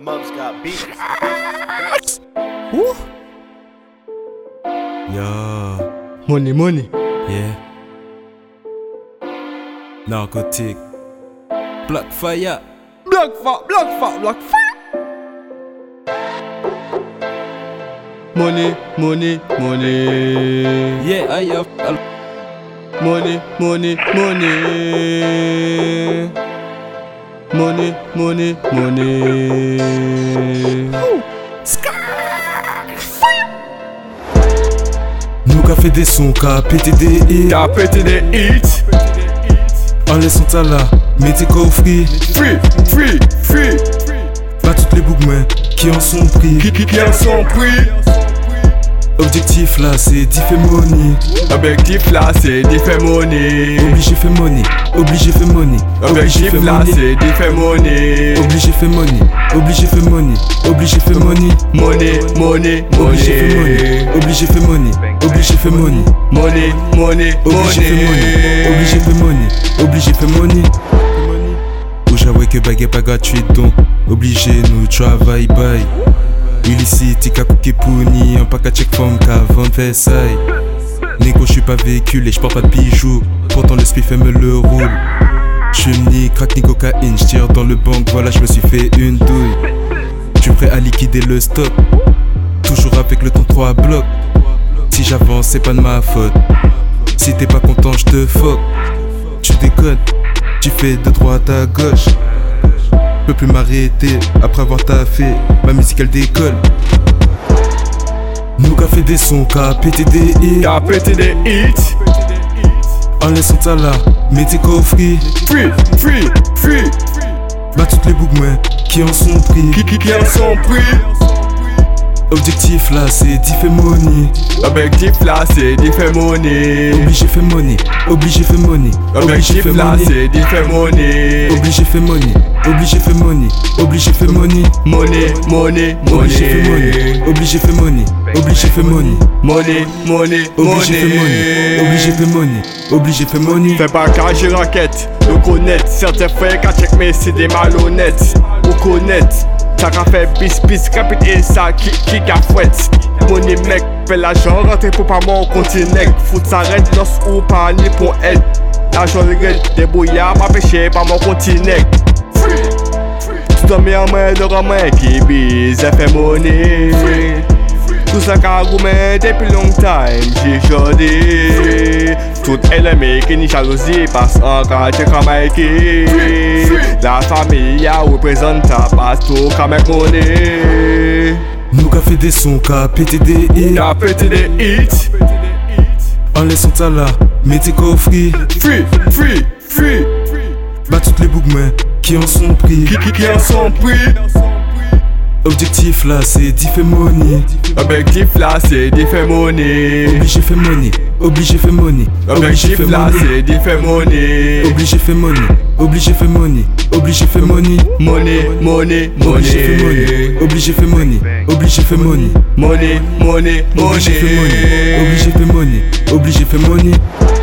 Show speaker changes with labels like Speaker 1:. Speaker 1: Mums got beats.
Speaker 2: Woo.
Speaker 3: Yo,
Speaker 2: Money, money.
Speaker 3: yeah. Narcotic. Black fire.
Speaker 2: Block fat, block fat, block fat. Money, money, money.
Speaker 3: Yeah, I have.
Speaker 2: Money, money, money. Money, money, money.
Speaker 3: Nous qu'a fait des sons, qu'a pété des hits.
Speaker 4: T'as pété des hits,
Speaker 3: En laissant ça là, mettez qu'au free.
Speaker 4: free, free, free,
Speaker 3: Pas toutes les bougmans qui en sont pris.
Speaker 4: qui qui qui en sont pris.
Speaker 3: Objectif là, c'est d'y faire money.
Speaker 4: Objectif là c'est d'y faire money.
Speaker 3: Obligé fait money, obligé fait money. Obligé fait
Speaker 4: Objectif là
Speaker 3: money.
Speaker 4: c'est d'y faire money.
Speaker 3: Obligé fait money, obligé fait money, obligé fait money.
Speaker 4: Money, money,
Speaker 3: Obligé fait money,
Speaker 4: money.
Speaker 3: obligé fait money, obligé fait money.
Speaker 4: Money, money,
Speaker 3: Obligé fait money, obligé fait money, obligé fait money. Ou j'avoue que bague est pas gratuite donc obligé nous travail bye. Illicite, ka cookie pouni, un pack à check form qu'à vendre Versailles. Négo, j'suis pas véhicule et j'porte pas de bijoux. Pourtant, le spiff elle me le roule. J'suis ni crack ni cocaïne, j'tire dans le banc, voilà, j'me suis fait une douille. J'suis prêt à liquider le stock, toujours avec le ton 3 blocs. Si j'avance, c'est pas de ma faute. Si t'es pas content, j'te fuck. Tu déconnes, tu fais de droite à gauche. Peux plus m'arrêter après avoir taffé. Ma musique elle décolle. Nous qu'a fait des sons, qu'a pété des hits.
Speaker 4: T'as pété des hits,
Speaker 3: En laissant ça là, mettez qu'au free.
Speaker 4: free, free, free,
Speaker 3: Bah toutes les bougmans qui en sont pris.
Speaker 4: qui qui qui en sont pris.
Speaker 3: Objectif là, c'est d'y faire money.
Speaker 4: Objectif là c'est d'y faire money.
Speaker 3: Obligé fait money, obligé fait money. Obligé
Speaker 4: Objectif
Speaker 3: fait
Speaker 4: là
Speaker 3: money.
Speaker 4: c'est d'y faire money.
Speaker 3: Obligé fait money, obligé fait money, obligé fait money.
Speaker 4: Money, money,
Speaker 3: Obligé fait
Speaker 4: money.
Speaker 3: money, obligé fait money, obligé fait money,
Speaker 4: Money, money,
Speaker 3: obligé fait money, obligé fait money, obligé fait money.
Speaker 4: Fais pas cacher raquette, le connaître. Certains frères qu'à check, mais c'est des malhonnêtes. Ou connaître, ça qu'a fait bis bis, rapide et ça qui qui qu'a fouette. Money mec, fais l'argent rentrer pour pas mon continent. Faut s'arrête, lance ou pas, ni pour aide. L'argent regrette, débrouillard, pas péché, pas mon continent. Tu t'en mets en main de Romain qui bise, elle fait monnaie. Tout ça qu'a gourmet depuis longtemps, j'ai jodé. Tout élément qui ni jalousie passe en quartier comme Mikey. La famille a représenté passe tout comme on est.
Speaker 3: Nous qu'a fait des sons, qu'a pété des hits.
Speaker 4: T'as pété des hits,
Speaker 3: En laissant ça là, mettez qu'au free.
Speaker 4: free, free, free.
Speaker 3: Bah toutes les bougmans qui en sont pris.
Speaker 4: Qui qui qui en sont pris?
Speaker 3: Objectif là, c'est d'y faire money.
Speaker 4: Objectif là c'est d'y faire money.
Speaker 3: Obligé fait money, obligé fait money, obligé fait
Speaker 4: Objectif là
Speaker 3: money.
Speaker 4: c'est d'y faire money.
Speaker 3: Obligé fait money, obligé fait money, obligé fait money.
Speaker 4: Money, money,
Speaker 3: Obligé fait money,
Speaker 4: money.
Speaker 3: obligé fait money, obligé fait money.
Speaker 4: Money, money, money.
Speaker 3: Obligé fait money, obligé fait money, obligé fait money.